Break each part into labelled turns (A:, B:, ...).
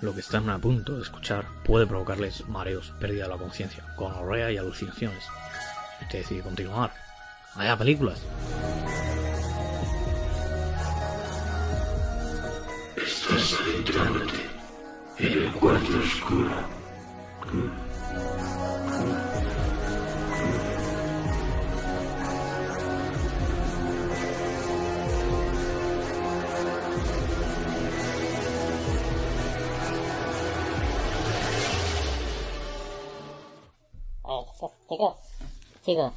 A: lo que están a punto de escuchar puede provocarles mareos, pérdida de la conciencia, gonorrea y alucinaciones. Usted decide continuar. Allá películas.
B: Estás adentrándote en el cuarto oscuro.
C: Ay, chicos, chicos, chicos,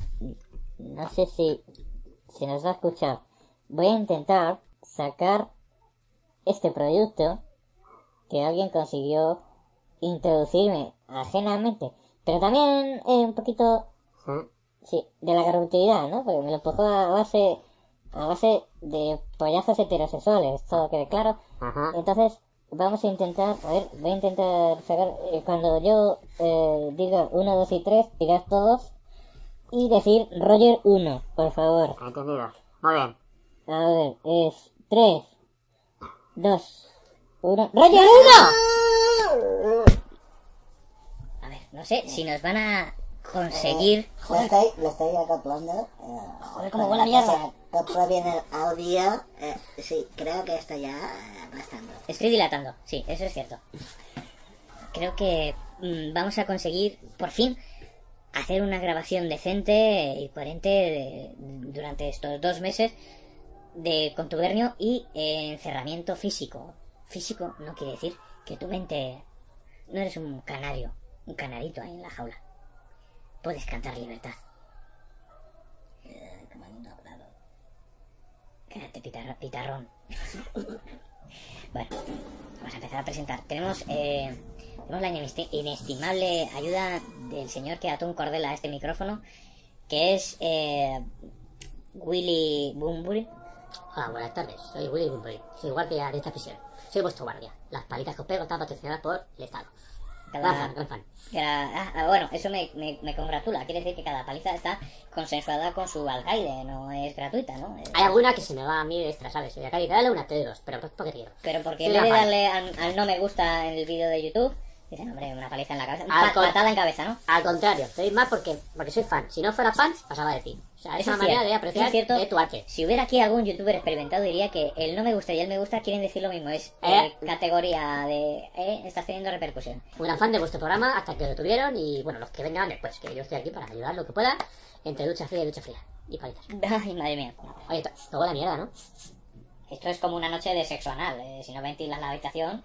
C: no sé si, si nos va a escuchar. Voy a intentar sacar este producto que alguien consiguió introducirme ajenamente, pero también eh, un poquito sí, de la corruptividad, ¿no? Porque me lo empujó a base, a base de pollazos heterosexuales, todo quede claro. Entonces, vamos a intentar, a ver, voy a intentar sacar, eh, cuando yo eh, diga 1, 2 y 3, dirás todos y decir Roger 1, por favor.
D: Entendido. Muy bien.
C: A ver, es 3, 2, 1. ¡Roger 1! A ver, no sé si nos van a conseguir.
E: Lo estoy, lo estoy acoplando. eh,
C: Joder, cómo
E: con-
C: huele a mierda.
E: Se acopla bien el audio. eh, sí, creo que está ya eh, bastante.
C: Estoy dilatando, sí, eso es cierto. Creo que mm, vamos a conseguir, por fin, hacer una grabación decente y coherente de- durante estos dos meses de contubernio y eh, encerramiento físico. Físico no quiere decir que tu mente no eres un canario, un canarito ahí en la jaula. Puedes cantar libertad. Eh, Cállate, pitarra- pitarrón. Bueno, vamos a empezar a presentar. Tenemos, eh, tenemos la inesti- inestimable ayuda del señor que ató un cordel a este micrófono, que es eh, Willy Bumbury.
D: Ah, buenas tardes. Soy Willy Bumbury. Soy guardia de esta prisión. Soy vuestro guardia. Las palitas que os pego están patrocinadas por el Estado. Gran fan, gran fan.
C: cada- ah, ah, bueno, eso me, me- me congratula. Quiere decir que cada paliza está consensuada con su alcaide, no es gratuita, ¿no? Eh,
D: Hay alguna que se me va a mí extra, ¿sabes? Y acá dice, dale una, te doy dos. Pero pues porque quiero.
C: Pero porque
D: Sí,
C: en vez de
D: la pal-
C: darle al, al no me gusta en el vídeo de YouTube, dicen, hombre, una paliza en la cabeza.
D: Al
C: pa-
D: con-
C: patada en cabeza, ¿no?
D: Al contrario, te doy más porque, porque soy fan. Si no fuera fan, pasaba de ti. O sea, es
C: Eso
D: una manera
C: cierto,
D: de apreciar
C: eso es cierto.
D: eh, tu arte.
C: Si hubiera aquí algún youtuber experimentado diría que el no me gusta y el me gusta quieren decir lo mismo, es eh,
D: Eh.
C: categoría de eh, estás teniendo repercusión.
D: Una fan de vuestro programa hasta que lo tuvieron y, bueno, los que vengan después, que yo estoy aquí para ayudar lo que pueda entre ducha fría y ducha fría. Y palitas.
C: Ay, madre mía.
D: Oye, to- todo la mierda, ¿no?
C: Esto es como una noche de sexo anal, eh, si no ventilas la habitación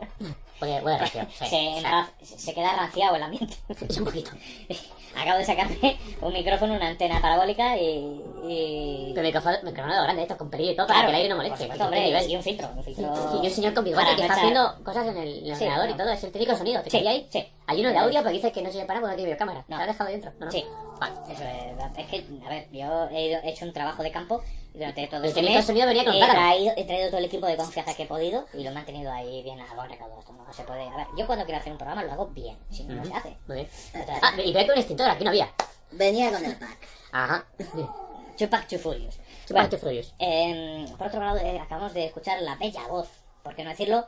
D: Oye, huele racio. Sí,
C: se,
D: sí.
C: enra- se queda ranciado el ambiente.
D: Sí, un poquito.
C: Acabo de sacarme un micrófono, una antena parabólica y... y...
D: Pero micrófono, micrófono grande, esto con pelillo y todo, para que el aire no
C: por
D: moleste.
C: supuesto,
D: que esté
C: hombre,
D: nivel.
C: y un filtro, un filtro...
D: Y y un señor con bigote
C: Para no
D: que está
C: echar-
D: haciendo cosas en el, en el
C: Sí,
D: ordenador y
C: no.
D: todo, es el técnico de sonido. ¿Te
C: Sí,
D: pilláis? ahí?
C: sí.
D: Hay uno de
C: Sí.
D: audio porque dice que no se para porque no tiene videocámara.
C: No.
D: ¿Te has dejado dentro? No, no.
C: Sí.
D: Vale.
C: Eso es, es que, a ver, yo he, ido- he hecho un trabajo de campo y durante todo
D: El
C: este
D: técnico de
C: mes.
D: sonido venía con
C: he,
D: cara.
C: traído, he traído todo el equipo de confianza que he podido y lo he mantenido ahí bien a buen recaudo. Esto no se puede. A ver, yo cuando quiero hacer un programa lo hago bien, si no, no se hace.
D: Muy bien.
C: Otra
D: Ah, y ve con extintor, aquí no había.
E: Venía con el pack.
D: Ajá. Bien.
C: Chupac Chufurios.
D: Chupa tu furios.
C: por otro lado, eh, acabamos de escuchar la bella voz, por qué no decirlo,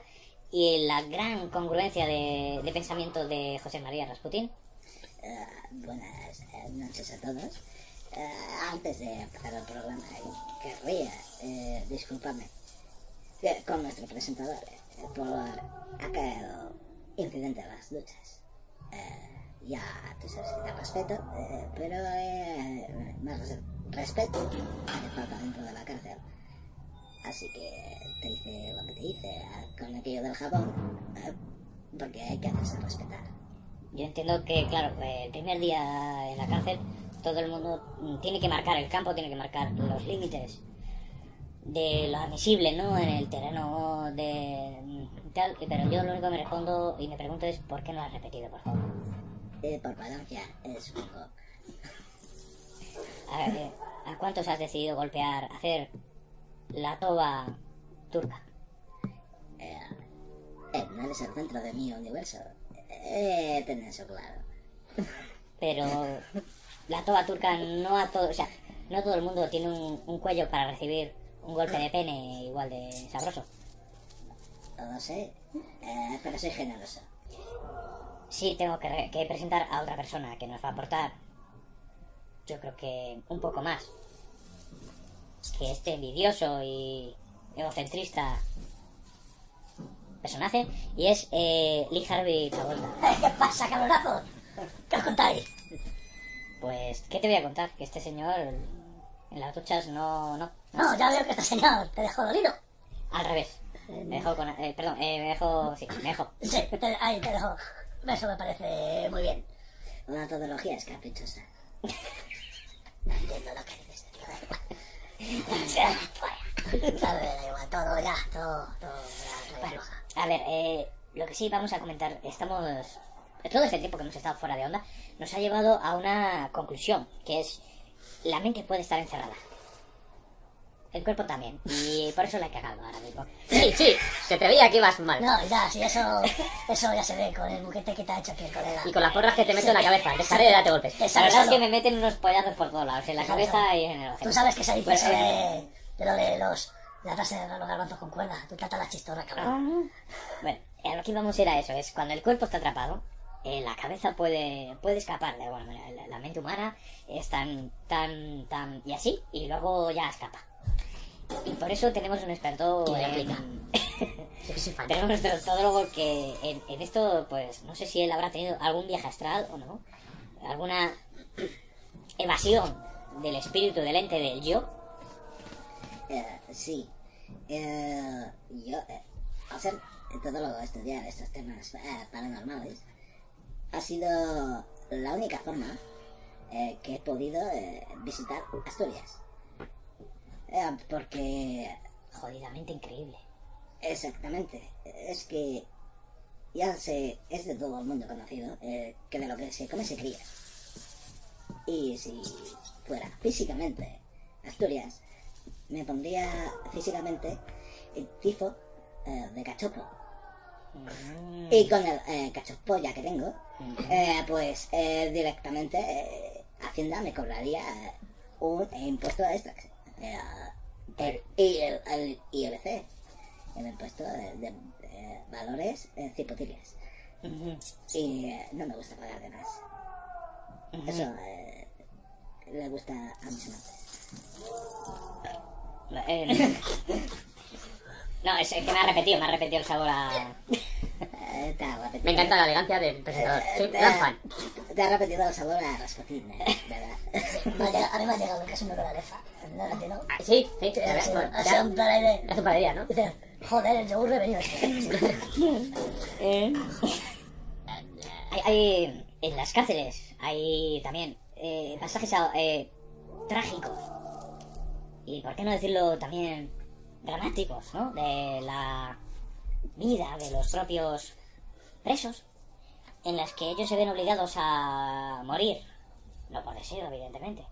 C: y la gran congruencia de, de pensamiento de José María Rasputín.
E: Eh, buenas eh, noches a todos. Eh, antes de empezar el programa, querría eh, disculparme eh, con nuestro presentador eh, por aquel incidente de las duchas. Eh, ya tú sabes que te respeto, eh, pero eh, más res- respeto hace falta dentro de la cárcel. Así que te hice lo que te hice eh, con aquello del jabón, eh, porque hay que hacerse respetar.
C: Yo entiendo que, claro, eh, el primer día en la cárcel todo el mundo mm, tiene que marcar el campo, tiene que marcar los límites de lo admisible, ¿no? En el terreno de mm, tal, pero yo lo único que me respondo y me pregunto es ¿por qué no lo has repetido, por favor?
E: Eh, por Valencia, eh, supongo.
C: A, ver, eh, ¿a cuántos has decidido golpear, hacer la toba turca?
E: Eh, eh, no eres el centro de mi universo. Eh, ten eso claro.
C: Pero la toba turca no a todo, o sea, no todo el mundo tiene un, un cuello para recibir un golpe de pene igual de sabroso.
F: no lo sé, eh, pero soy generoso.
C: Sí, tengo que, re- que presentar a otra persona que nos va a aportar, yo creo que un poco más. Que este envidioso y egocentrista personaje, y es eh, Lee Harvey Travolta.
F: ¿Qué pasa, cabronazo? ¿Qué os contáis?
C: Pues, ¿qué te voy a contar? Que este señor en las duchas no, no.
F: No, ya veo que este señor te dejó dolido.
C: Al revés. Me dejó con... eh, perdón, eh, me dejó... Sí, me dejó.
F: Sí, te- ahí te dejo. Eso me parece muy bien. Una metodología es caprichosa. No entiendo lo que dices, tío. da igual. O sea, fuera. Sabe, da igual, todo ya, todo, todo, ya, todo
C: Bueno,
F: afloja.
C: a ver, eh, lo que sí vamos a comentar, estamos... Todo este tiempo que hemos estado fuera de onda nos ha llevado a una conclusión, que es la mente puede estar encerrada. El cuerpo también. Y por eso la he cagado ahora mismo. Sí, sí, se te veía que ibas mal.
F: No, ya, si eso, eso ya se ve con el buquete que te ha hecho aquí el colega.
C: con las porras que te meto en la cabeza. Dejaré de darte golpes.
F: Te
C: La
F: sale
C: verdad es
F: solo.
C: que me meten unos pollazos por todos lados, en la
F: Te sale
C: cabeza
F: solo.
C: y en el ojete.
F: Tú sabes que se dice
C: Bueno,
F: eso
C: eh,
F: de, de lo de los, la frase de los garbanzos con cuerda. Tú trata la chistorra, cabrón.
C: Bueno, a lo que íbamos era eso, es cuando el cuerpo está atrapado, eh, la cabeza puede, puede escapar de alguna manera. La, la mente humana es tan, tan, tan y así, y luego ya escapa. Y por eso tenemos un experto
F: Que lo
C: en-
F: aplica. Yo que soy fan.
C: tenemos un expertólogo que en, en esto, pues, no sé si él habrá tenido algún viaje astral o no, alguna evasión del espíritu, del ente, del yo,
F: Eh, sí. Eh, yo, eh, al ser todólogo, estudiar estos temas eh, paranormales ha sido la única forma eh, que he podido eh, visitar Asturias. Eh, porque,
C: jodidamente increíble.
F: exactamente, es que ya se, es de todo el mundo conocido eh, que de lo que se come se cría. Y si fuera físicamente Asturias, me pondría físicamente el tifo eh, de cachopo.
C: Mm.
F: Y con el eh, cachopo ya que tengo, eh, pues eh, directamente eh, Hacienda me cobraría eh, un impuesto extra. eh, el- y el, el IRC, el impuesto de, de, eh, valores eh, cipotiles.
C: Ujú.
F: Y eh, no me gusta pagar de más.
C: Ujú.
F: Eso eh, le gusta a mis amantes.
C: Eh, no, es es que me ha repetido, me ha repetido el sabor a...
F: Eh, te ha repetido-
C: Me encanta la elegancia del presentador.
F: Eh,
C: Soy
F: te
C: gran
F: ha-
C: fan.
F: Te ha repetido el sabor a Rasputin, eh, ¿verdad?
G: Me ha llegado- a mí me ha llegado que es una lefa. No la entiendo.
C: Ah, Sí, sí, sí, la verdad,
D: pues,
C: bueno,
G: Ha
C: ya-
G: sido un plan ahí de-
C: hace un par de días, ¿no?
G: Dice, joder, el yogur revenido.
C: Hay, hay- en las cárceles hay también eh, pasajes a- eh, trágicos. Y por qué no decirlo también dramáticos, ¿no? De la vida de los propios presos, en las que ellos se ven obligados a morir. No por deseo, evidentemente,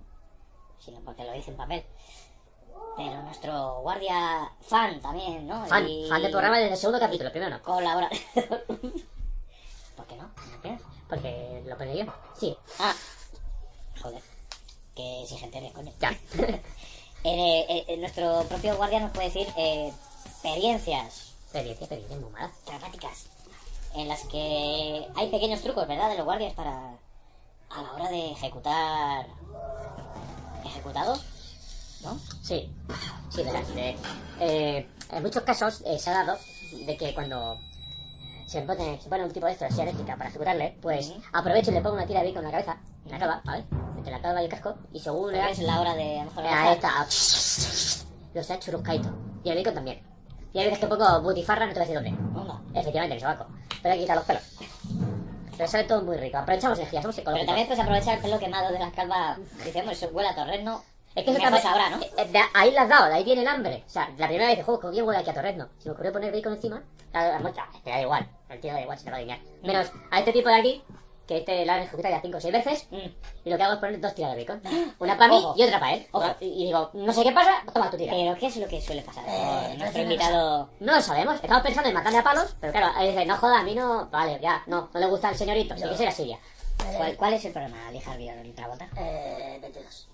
C: sino porque lo dice en papel. Pero nuestro guardia fan también, ¿no?
D: Fan,
C: Y
D: fan del programa desde el segundo capítulo, primero no.
C: Colabora. ¿Por qué no? ¿No quieres?
D: Porque lo perdí yo. Sí,
C: Ah, joder. Que exigente eres, coño.
D: ya.
C: Eh, eh, eh, nuestro propio guardia nos puede decir eh, experiencias
D: experiencia, experiencia muy mala.
C: dramáticas en las que hay pequeños trucos, ¿verdad? De los guardias para a la hora de ejecutar ejecutados, ¿no?
D: Sí, sí, verás. eh, eh, en muchos casos eh, se ha dado de que cuando se pone, se pone un tipo de esto de silla eléctrica para ejecutarle, pues
C: Ujú.
D: aprovecho y le pongo una tira de bico en la cabeza, en la calva, ¿vale? Entre la calva y el casco, y según
C: Pero
D: le
C: es la hora de a lo mejor
D: Eh, Ahí está. Los ha churruscaíto. Y el bico también. Y hay veces que pongo butifarra, no te voy a decir dónde.
C: Venga.
D: Efectivamente, en el sobaco. Pero hay que quitar los pelos. Pero sabe todo muy rico. Aprovechamos energía, somos
C: Pero
D: ecológicos.
C: también puedes aprovechar el pelo quemado de las calvas. Dicemos, eso huele a torreno.
D: Es que eso
C: Mejor
D: también...
C: sabrá, ¿no?
D: Eh, eh, de ahí la has dado, de ahí viene el hambre. O sea, la primera vez que juego con bien huele aquí a torrezno. Se me ocurrió poner bacon encima. La, la muestra, te da igual. El tío da igual, se te va a adivinar. Menos a este tipo de aquí, que este la han ejecutado ya 5 o 6 veces.
C: Mm.
D: Y lo que hago es poner dos tiras de bacon. Una para mí
C: Ojo.
D: y otra para él.
C: Ojo.
D: Y, y digo, no sé qué pasa, toma tu tira.
C: Pero ¿qué es lo que suele pasar?
G: Eh,
C: nuestro
G: no tiene
C: invitado...
D: No lo sabemos, estamos pensando en matarle a palos, pero claro, él dice, no joda, a mí no... Vale, ya, no, no le gusta el señorito, sí que será Siria.
C: ¿Cuál, cuál es el problema, Lee Harvey Travolta?
G: Eh, 22.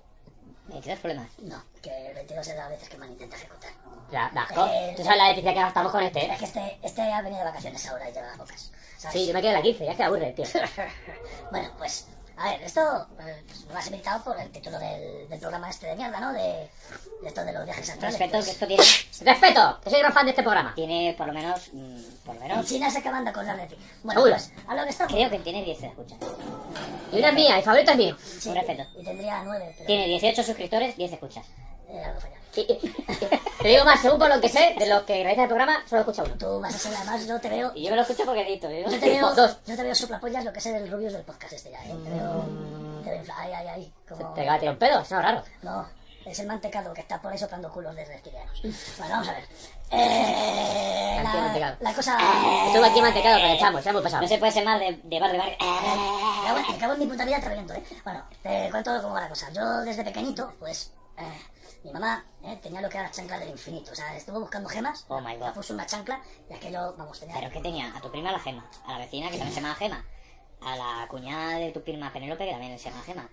D: 22 problemas.
F: No, que el 22 es las veces que me han intentado ejecutar.
H: La, la- ¿Tú sabes la Leticia que gastamos con este, eh?
F: Es que este, este ha venido de vacaciones ahora y lleva pocas. ¿sabes?
H: Sí, yo me quedé en la 15, ya que aburre, tío.
F: bueno, pues, a ver, esto eh, pues, lo has invitado por el título del, del programa este de mierda, ¿no? De, de esto de los viajes astrales.
D: Respeto
F: pues.
D: que esto tiene,
H: ¡Respeto! Que soy gran fan de este programa.
D: tiene por lo menos, mm, por lo
F: En
D: menos,
F: China se acaban de acordar de ti. Bueno,
H: Seguro.
F: pues, a lo que estamos.
D: creo que tiene 10 escuchas.
H: Y una es mía, y favorito es mío.
F: Sí,
D: Un respeto.
F: Y tendría nueve, pero
D: Tiene 18 suscriptores, 10 escuchas.
F: eh, algo falla.
H: Y- y- Te digo más, según por lo que sé, de los que realizan el programa, solo escucha uno.
F: Tú vas a ser, además, yo te veo...
D: Y yo me lo escucho porque edito, ¿eh?
F: Yo te veo,
H: Dos.
F: yo te veo soplapollas lo que es el Rubius del podcast este ya, ¿eh? Te veo... Te veo infla- ay, ay, ay, como...
H: Te acaba de tirar un pedo, eso es raro.
F: No, es el mantecado que está por ahí soplando culos de reptilianos. Bueno, vamos a ver. Eh,
H: Aquí el
F: la,
H: mantecado.
F: la cosa...
H: Estuvo aquí mantecado que le echamos, ya muy pesado.
D: No se puede ser más de, de bar de bar.
F: Me cago, en- me cago en mi puta vida trayendo, ¿eh? Bueno, te cuento cómo va la cosa. Yo desde pequeñito, pues, eh, mi mamá eh, tenía lo que era la chancla del infinito. O sea, estuvo buscando gemas,
D: Oh my God.
F: la puso en una chancla y aquello, vamos, tenía...
D: Pero que tenía a tu prima la gema, a la vecina que también se llama Gema, a la cuñada de tu prima Penélope que también se llama Gema,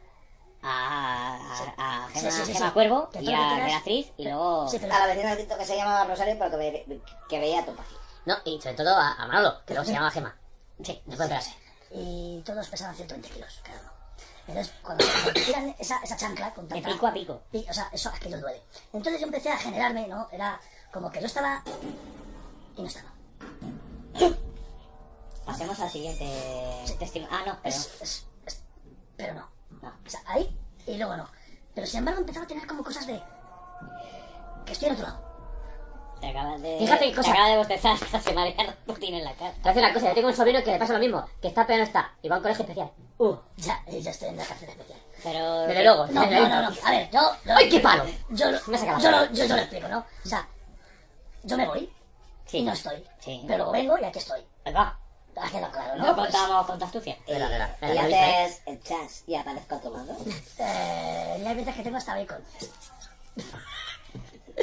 D: a, a, a
F: Sí,
D: Gema,
F: sí, sí,
D: Gema
F: sí.
D: Cuervo
F: Que
D: y
F: todo lo que
D: a
F: tengas-
D: Beatriz y luego...
F: Sí, pero...
E: A la vecina del Tito que se llamaba Rosario, pero que, ve- que veía a tu padre.
H: No, y sobre todo a, a Manolo, que luego se llamaba Gema.
F: Sí,
H: No puede esperarse.
F: Y todos pesaban 120 kilos, cada uno. Entonces, cuando cuando te tiran esa, esa chancla con
D: De
F: tanta...
D: pico a pico.
F: Y, o sea, eso aquello duele. Entonces yo empecé a generarme, ¿no? Era como que yo estaba y no estaba.
D: Pasemos al siguiente testimonio. Ah, no, pero...
F: Es- es- es- pero no.
D: No.
F: O sea, ahí y luego no. Pero sin embargo empezaba a tener como cosas de... Que estoy en otro lado.
D: Te acabas de...
H: Fíjate qué cosa.
D: Te acabas de bostezar, se me había Putin en la cara.
H: Te voy a decir una cosa, yo tengo un sobrino que le pasa lo mismo, que está pero no está, y va a un colegio especial.
F: Uh, ya, eh, ya estoy en la cárcel especial.
D: Pero...
H: Desde luego,
F: No,
H: desde
F: no,
H: ahí.
F: no, no. A ver, yo... yo-
H: ¡Ay, qué palo!
F: Yo, lo-
H: Me ha sacado.
F: yo, lo- yo, yo lo explico, ¿no? O sea, yo me voy
D: Sí.
F: y no estoy.
D: Sí.
F: Pero luego vengo y aquí estoy.
D: Ahí Va,
F: Ha quedado claro,
D: no
F: ¿no? Pues,
D: contamos con tu astucia.
H: Espera, espera, espera,
E: Y
H: ¿lo viste, eh?
E: haces el chas y aparezco a tu lado.
F: eh, y hay veces que tengo hasta bacon.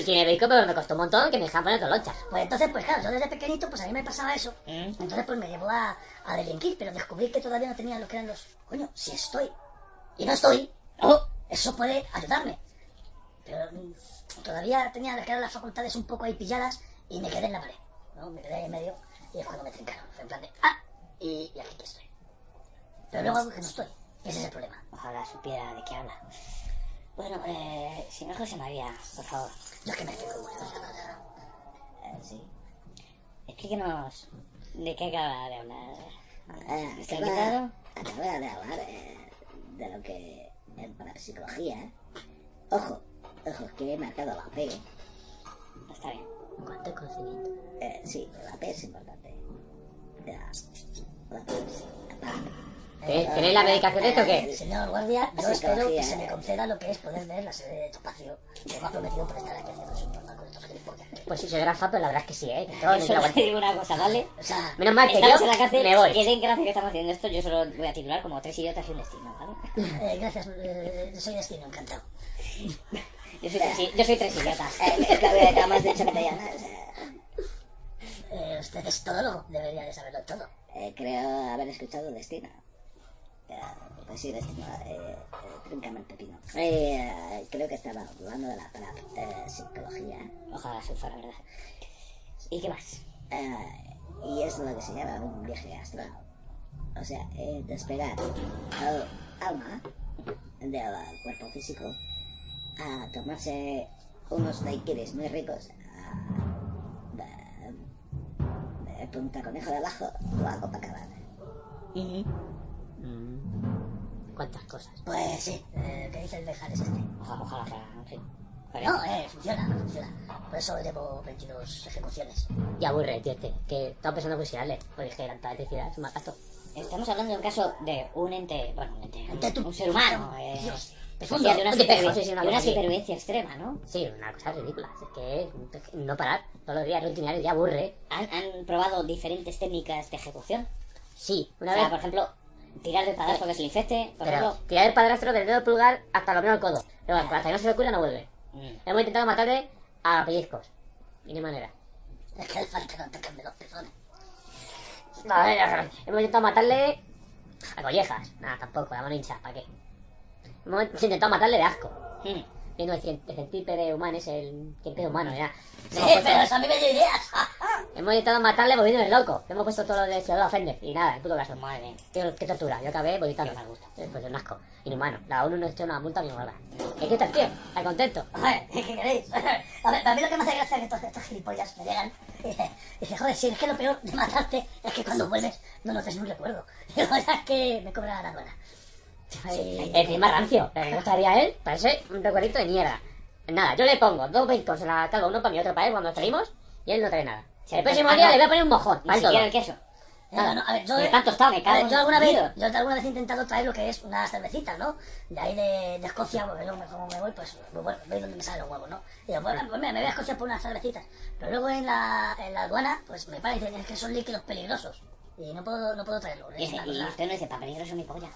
H: Tiene bacon, pero me costó un montón que me dejaban poner dos lonchas.
F: Pues entonces, pues claro, yo desde pequeñito, pues a mí me pasaba eso.
D: Mm.
F: Entonces, pues me llevó a, a delinquir, pero descubrí que todavía no tenía lo que eran los... Coño, si estoy y no estoy, oh, eso puede ayudarme. Pero mm, todavía tenía lo que eran las facultades un poco ahí pilladas y me quedé en la pared. ¿no? Me quedé ahí en medio y es cuando me trincaron. Fue en plan de, ah, y, y aquí estoy. Pero luego hago que no estoy. Ese es el problema.
D: Ojalá supiera de qué habla. Bueno, eh... Señor José María, por favor.
F: Yo es que me explico muy bien la cosa.
D: Eh, sí. Explíquenos de qué acaba de hablar.
E: Eh,
D: ¿Está
E: acaba-
D: invitado?
E: Acaba de hablar eh, de lo que en parapsicología. ¿eh? Ojo, ojo, que he marcado la P.
D: Está bien.
H: ¿Cuánto conocimiento?
E: Eh, sí, la P es importante. La, la P es. La P.
H: ¿Tenéis tenéis la medicación de esto o
F: El
E: Eh,
H: qué?
F: señor guardia, yo
E: Sí,
F: espero que
E: todavía,
F: se me
E: eh.
F: conceda lo que es poder ver la serie de Topacio, que me ha prometido por estar aquí haciendo su programa con estos gilipollas.
H: Pues sí, soy gran fan, pero la verdad es que sí, ¿eh? Que todo el
D: Yo
H: mundo
D: solo
H: aguanta.
D: te digo una cosa, ¿vale?
F: O sea,
H: Menos mal que
D: Estamos en la
H: yo
D: cárcel,
H: me voy.
D: Queden gracias que estamos haciendo esto. Yo solo voy a titular como tres idiotas y un destino, ¿vale?
F: eh, gracias, eh, soy destino, encantado.
D: Yo soy tres, i- yo soy tres idiotas.
E: Eh, es que había- además de hecho que te llamas. eh,
F: Eh, usted es todólogo, debería de saberlo todo.
E: eh, creo haber escuchado Destino. Eh, pues sí, Destino. Eh, eh, tríncame el pepino. Eh, eh, creo que estaba hablando de la eh, parapsicología.
D: Ojalá se fuera, ¿verdad? ¿Y qué más?
E: Eh, y es lo que se llama un viaje astral. O sea, eh, despegar al alma del cuerpo físico a tomarse unos daiquiris muy ricos a, a- a Punta Conejo de abajo o a Copacabana.
H: ¿Cuántas cosas?
F: Pues sí, eh, ¿qué dice el dejar es este?
D: Ojalá, ojalá, ojalá, en fin. Vale.
F: No, eh, funciona, funciona. Por eso llevo 22 ejecuciones.
H: Y aburre, tío, este. Que estaba pensando en fusilarle. Porque es que tanta electricidad es un mal gasto.
D: Estamos hablando de un caso de un ente, bueno, un ente,
F: Ante tu-
D: un ser humano, eh,
F: Dios,
D: que
H: profundo,
D: sufría de una,
H: un tipejo,
D: supervi-
H: sí, sí, una
D: de
H: cosa
D: una
H: así.
D: supervivencia extrema, ¿no?
H: Sí, una cosa ridícula. Es que es no parar. Todos los días rutinarios ya aburre.
D: Han, han probado diferentes técnicas de ejecución.
H: Sí, una
D: o sea,
H: vez.
D: por ejemplo, tirar del padrastro que se le infecte, por
H: Pero
D: ejemplo. Ah.
H: tirar el padrastro del dedo pulgar hasta lo menos el codo. Pero bueno, hasta que no se le cura no vuelve.
D: Mm.
H: Hemos intentado matarle a pellizcos. Y no hay manera.
F: Es que hace falta no tocarme los pezones.
H: No, no, no, no. Hemos intentado matarle a collejas. Nada, tampoco, la mano hincha, ¿para qué? Hemos intentado matarle de asco.
D: Mm.
H: viendo el, cien- el centípede humano, es el centípede humano, ya.
F: Sí,
D: pues
F: pero eso a mí me dio ideas.
H: Hemos intentado matarle volviéndome loco. Le hemos puesto todo lo de Ciudad Offender. Y nada, el puto caso. Madre mía. Tío, qué tortura. Yo acabé vomitando. me gusta. Pues un asco. Inhumano. La ONU nos echó una multa bien gorda. Y aquí está el tío. Está contento.
F: Joder, ¿qué queréis? A ver, para mí lo que me hace gracia es que todos estos gilipollas me llegan y dice- y dice, joder, si es que lo peor de matarte es que cuando vuelves no notes ni un recuerdo. Y la verdad es que me cobra la aduana. Ay,
H: Encima rancio. Pero me gustaría a él. Parece un recuerdito de mierda. Nada, yo le pongo dos bacons en la calva, uno para mí, otro para él cuando salimos. Y él no trae nada. el próximo
D: ah,
H: día
D: no.
H: le voy a poner un mojón.
D: Ni
H: Para él todo.
D: siquiera el queso.
F: Nada, no, a ver, yo,
D: Me está tostado, me
F: a
D: cago
F: ver,
D: en
F: yo alguna vez,
D: Dios.
F: yo alguna vez he intentado traer lo que es una cervecita, ¿no? De ahí de, de Escocia, porque luego me- como me voy, pues me voy, voy donde me salen los huevos, ¿no? Y digo, pues, pues, mira, me voy a Escocia por unas cervecitas. Pero luego en la, en la aduana, pues me paran y dicen, es que son líquidos peligrosos. Y no puedo, no puedo traerlo.
D: Y,
F: Es una
D: y
F: cosa,
D: usted no dice, para peligroso mi polla.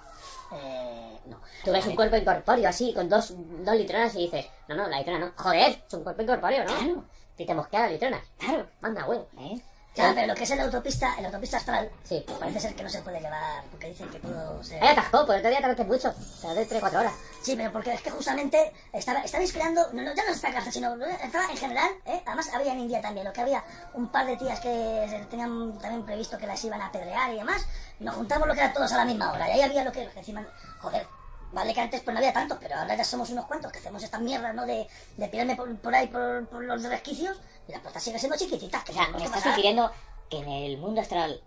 F: eh, no.
H: Tú ves un cuerpo incorpóreo así, con dos, dos litronas y dices, no, no, la litrona no. Joder, es un cuerpo incorpóreo, ¿no?
D: Claro.
H: Y te mosquea las litronas.
D: Claro.
H: Manda, huevo.
D: ¿Eh?
F: Claro, pero lo que es en la autopista, en la autopista astral,
H: Sí.
F: parece ser que no se puede llevar, porque dicen que todo se...
H: Ahí atascó, por el otro día tardaste mucho. Tardaste 3-4 horas.
F: Sí, pero porque es que justamente estaba, estaba inspirando, no, no, ya no está cárcel, sino estaba en general, ¿eh? además había en India también, lo que había un par de tías que se tenían también previsto que las iban a apedrear y demás, y nos juntamos lo que era todos a la misma hora, y ahí había lo que, lo que encima, joder, vale que antes pues no había tantos, pero ahora ya somos unos cuantos que hacemos esta mierda, ¿no? De, de pirarme por, por ahí, por, por los resquicios, y la puerta sigue siendo chiquitita, que
D: O sea,
F: no
D: me
F: sé
D: estás
F: pasar.
D: sugiriendo que en el mundo astral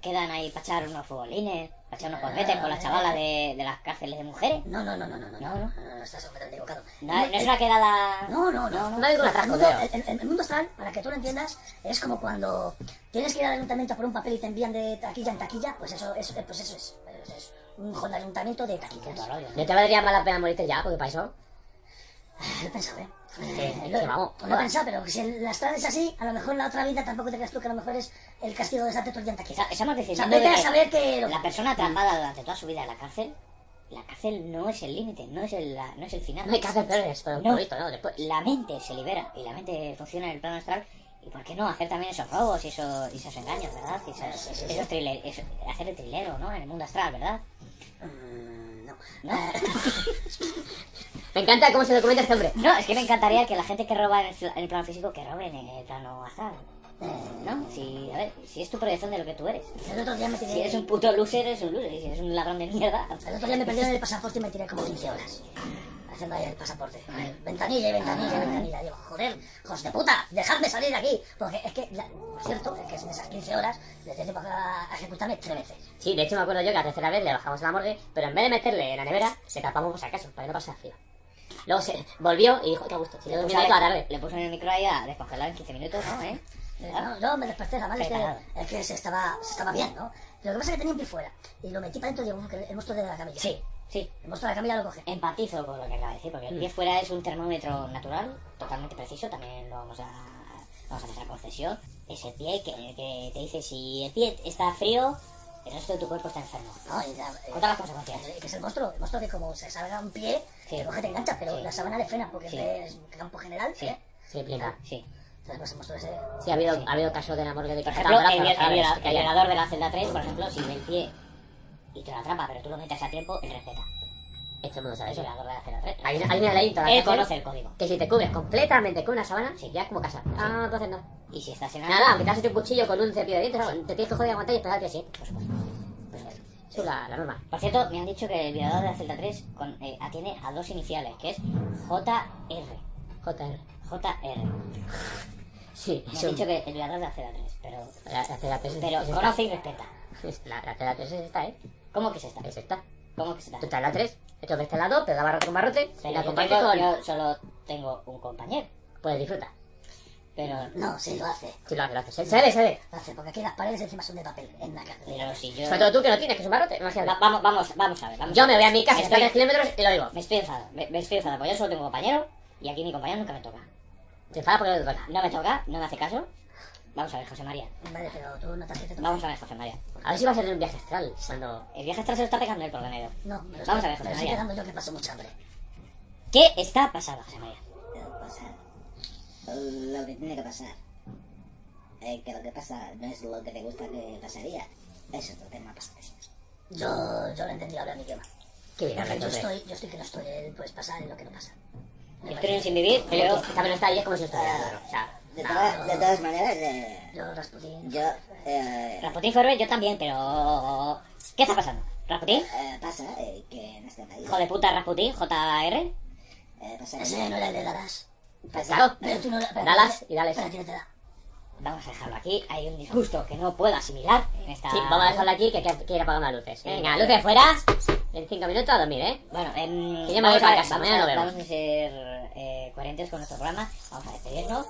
D: quedan ahí para echar unos futbolines, para echar unos corbetes con la chavala de, de las cárceles de mujeres.
F: No, no, no, no, no, no, no,
D: No, no.
F: no, no, estás completamente equivocado.
D: No, no es una quedada...
F: No, no, no.
H: No hay un atraco,
F: el, mundo,
H: creo.
F: el- el- el mundo astral, para que tú lo entiendas, es como cuando tienes que ir al ayuntamiento por un papel y te envían de taquilla en taquilla, pues eso es, pues eso es, es- es un jodido ayuntamiento de taquillas.
D: Puto rollo, ¿no?
H: No te valdría más la pena morirte ya, porque para eso.
F: Lo he pensado, ¿eh?
H: que-
F: Lo-
H: que vamos,
F: pues lo he
H: joder.
F: pensado, pero si el astral es así, a lo mejor la otra vida tampoco te creas tú que a lo mejor es el castigo de estarte todo el día en taquilla.
D: Esa- Estamos
F: O sea,
D: decidiendo
F: vete
D: de
F: a
D: que
F: saber que... lo-
D: la persona atrapada durante toda su vida en la cárcel, la cárcel no es el límite, no es el, la- no es el final.
H: No hay que hacer peores, pero
D: No.
H: por visto, ¿no? Después.
D: La mente se libera y la mente funciona en el plano astral. ¿Y por qué no hacer también esos robos y esos, y esos engaños, verdad? Y esos, esos thriller- eso- hacer el trilero, ¿no? En el mundo astral, ¿verdad?
F: Mm, no.
H: Me encanta cómo se documenta este hombre.
D: No, es que me encantaría que la gente que roba en el, fl- en el plano físico, que robe en el plano astral.
H: Eh,
D: ¿No? Si, a ver, si es tu proyección de lo que tú eres.
F: El otro día me tiré...
D: Si eres un puto loser, eres un loser. Y si eres un ladrón de mierda...
F: El otro día me perdieron el pasaporte y me tiré como 15 horas. Haciendo ahí el pasaporte. Ay, Ventanilla y ventanilla y ventanilla. Digo, joder, hijos de puta, dejadme salir de aquí. Porque es que, la- por cierto, es que en esas 15 horas le dio tiempo a a ejecutarme tres veces.
H: Sí, de hecho me acuerdo yo que la tercera vez le bajamos a la morgue, pero en vez de meterle en la nevera, le tapamos por si acaso, para que no pasara frío. Luego se volvió y dijo, qué gusto, si yo
D: Pues
H: dormía
D: a
H: toda la
D: ver,
H: tarde.
D: Le puso en el micro ahí a descongelar en 15 minutos, ¿no? ¿Eh?
F: No, yo me desperté, la madre es
D: Preparado.
F: que, es que se, estaba, se estaba bien, ¿no? Lo que pasa es que tenía un pie fuera. Y lo metí para dentro y digo, "Uf, que el monstruo de la camilla.
D: Sí, sí. Em,
F: El monstruo de la camilla lo coge.
D: Empatizo con lo que acaba de decir, porque el pie fuera es un termómetro natural, totalmente preciso, también lo vamos a, vamos a hacer la concesión. Es el pie que, que te dice si el pie está frío, el resto de tu cuerpo está enfermo.
F: No, y la-
D: Con todas las consecuencias.
F: eh, que es el monstruo, el monstruo que como se salga un pie,
D: Sí.
F: te coge, te engancha, pero
D: Sí.
F: la sábana le frena porque
D: Sí.
F: es un campo general,
D: Sí.
F: ¿eh?
H: Sí, explica.
D: Sí.
F: Entonces, pues el monstruo ese...
H: Sí, ha habido, ha habido casos de la morgue de que
D: Por ejemplo,
H: estaban
D: el, viol-
H: brazos,
D: el viola-
H: cadáveres,
D: el
H: que caían.
D: violador de la celda 3, por ejemplo, si ve el pie y te lo atrapa, pero tú lo metes a tiempo, él respeta.
H: Este mundo sabe
D: El
H: eso.
D: violador de la celda 3.
H: Hay una, hay una ley en toda la
D: Él
H: cárcel
D: conoce el código.
H: que si te cubres completamente con una sábana, sí, ya es como casa. Ah, entonces no.
D: Y si estás en
H: Nada, aunque te has hecho un cuchillo con un cepillo de dientes, o algo, te tienes que joder aguantar y esperar al día siguiente. Por supuesto. Por
D: Pues
H: supuesto. Eso es la, la norma.
D: Por cierto, me han dicho que el violador de la celda 3 con- eh, atiende a dos iniciales, que es JR.
H: JR.
D: JR.
H: Sí,
D: Me
H: es
D: han
H: un-
D: dicho que el violador de la celda 3, pero,
H: La, la cera 3 es,
D: pero
H: es esta.
D: conoce y respeta.
H: Es- La, la cera 3 es esta, ¿eh?
D: ¿Cómo que se está?
H: Es esta.
D: ¿Cómo que se está?
H: Tú estás en la 3, esto ves en la 2, pero la barrote con barrote, y
D: Pero
H: la
D: yo,
H: comparte
D: tengo-
H: con...
D: yo solo tengo un compañero,
H: Pues disfruta.
D: pero,
F: No, sí, lo hace.
H: Si lo haces, lo haces. Se- Se ve, se ve.
F: Lo hace, porque aquí las paredes encima son de papel, en la cárcel.
D: pero si yo...
H: Sobre todo tú que lo tienes, que es un barrote,
D: Va-
H: imagínate.
D: vamos, vamos, vamos a ver, vamos a
H: Yo
D: ver.
H: me voy a mi casa, está a 3
D: Estoy-
H: kilómetros, y lo digo.
D: Me estoy enfadado, me, me estoy enfadado, porque yo solo tengo un compañero y aquí mi compañero nunca me toca.
H: Te enfadas porque no te toca.
D: No me toca, no me hace caso. Vamos a ver, José María.
F: Vale, pero tú no te haces
D: Vamos a ver, José María.
H: A ver si va a ser un viaje astral, cuando...
D: El viaje astral se lo está pegando el cordonero.
F: No, me lo estoy-
D: Vamos a ver,
F: me lo
D: José
F: estoy
D: María.
F: quedando yo que paso mucha hambre.
D: ¿Qué está pasando, José María?
E: ¿Qué va a pasar? Lo que tiene que pasar. Eh, que lo que pasa no es lo que te gusta que pasaría. Es otro tema bastante.
F: Yo, yo lo he entendido ahora mi idioma.
H: Qué bien,
F: Porque
H: hablas,
F: yo
H: hombre.
F: estoy, yo estoy que no estoy, él, pues pasar en lo que no pasa.
C: Estoy sin vivir,
D: El
C: pero...
D: que sabe no está ahí es como si no estuviera. no, no, O sea,
I: De, todas- de todas maneras, eh,
F: Yo, Rasputin.
I: yo... eh,
C: Rasputín Ferber, yo también, pero... ¿Qué está pasando? ¿Rasputín?
I: eh, pasa eh, que en este país...
C: Hijo de puta Rasputín, JR.
I: eh, pasa
F: Ese no
I: que...
F: era el de Dallas.
D: Pues claro.
F: Pero tú no la... pero-
D: Dallas y Dallas.
F: Pero a ti no te da.
C: Vamos a dejarlo aquí. Hay un disgusto que no puedo asimilar en esta...
D: Sí, vamos a dejarlo aquí que hay que ir apagando las luces. Venga, luces fuera. En cinco minutos a dormir, ¿eh?
C: Bueno, em,
D: Que ya me
C: vamos,
D: voy para
C: a,
D: casa,
C: vamos,
D: mañana
C: a,
D: lo vemos.
C: vamos a ser eh, coherentes con nuestro programa, vamos a despedirnos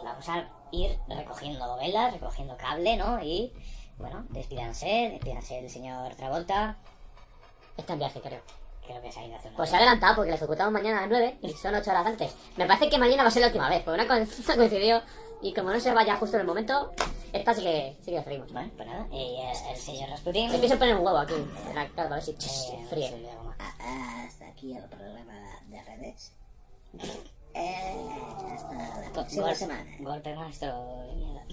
C: y vamos a ir recogiendo velas, recogiendo cable, ¿no? Y bueno, despídanse, despídanse el señor Travolta, Este
D: Está en viaje, creo.
C: creo que se ha ido a hacer una
D: Pues se ha adelantado porque la ejecutamos mañana a las 9 y son 8 horas antes. Me parece que mañana va a ser la última vez, porque una cosa coincidió y como no se vaya justo en el momento, esta sí que, sí que la freímos.
C: Bueno, pues nada, y eh, el señor Rasputin...
D: Me pienso poner un huevo aquí en la cara para ver si se
C: eh, se
D: fríe.
C: le hago más.
I: ah, Hasta aquí el programa de redes. Eh, hasta la próxima
C: Gol-
I: semana.
C: Golpe maestro de mierda.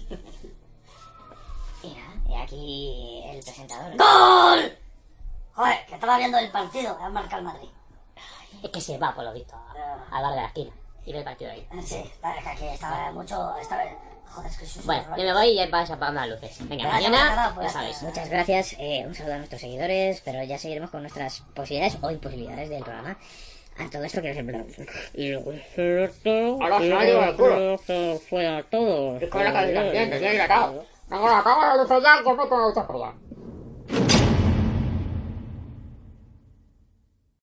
C: y nada, y aquí el presentador.
F: ¡Gol! Joder, que estaba viendo el partido. Han marcado el Madrid.
D: Es que se va, por lo visto, a- al bar de la esquina y ve el partido ahí.
F: Ah, Sí, está- es que estaba mucho... Estaba... Joder, es que es un...
D: Bueno, yo me voy y ya vas apagando las luces. Venga,
F: Vale,
D: mañana,
F: nada, pues,
D: ya sabéis.
C: Muchas gracias, eh, un saludo a nuestros seguidores, pero ya seguiremos con nuestras posibilidades o imposibilidades del programa. A todo esto que les
J: A los sonidos del culo.
K: Fue a todos.
J: Y con la calificación que yo he hidratado. Mañana apaga la luz allá, yo me pongo la luz allá.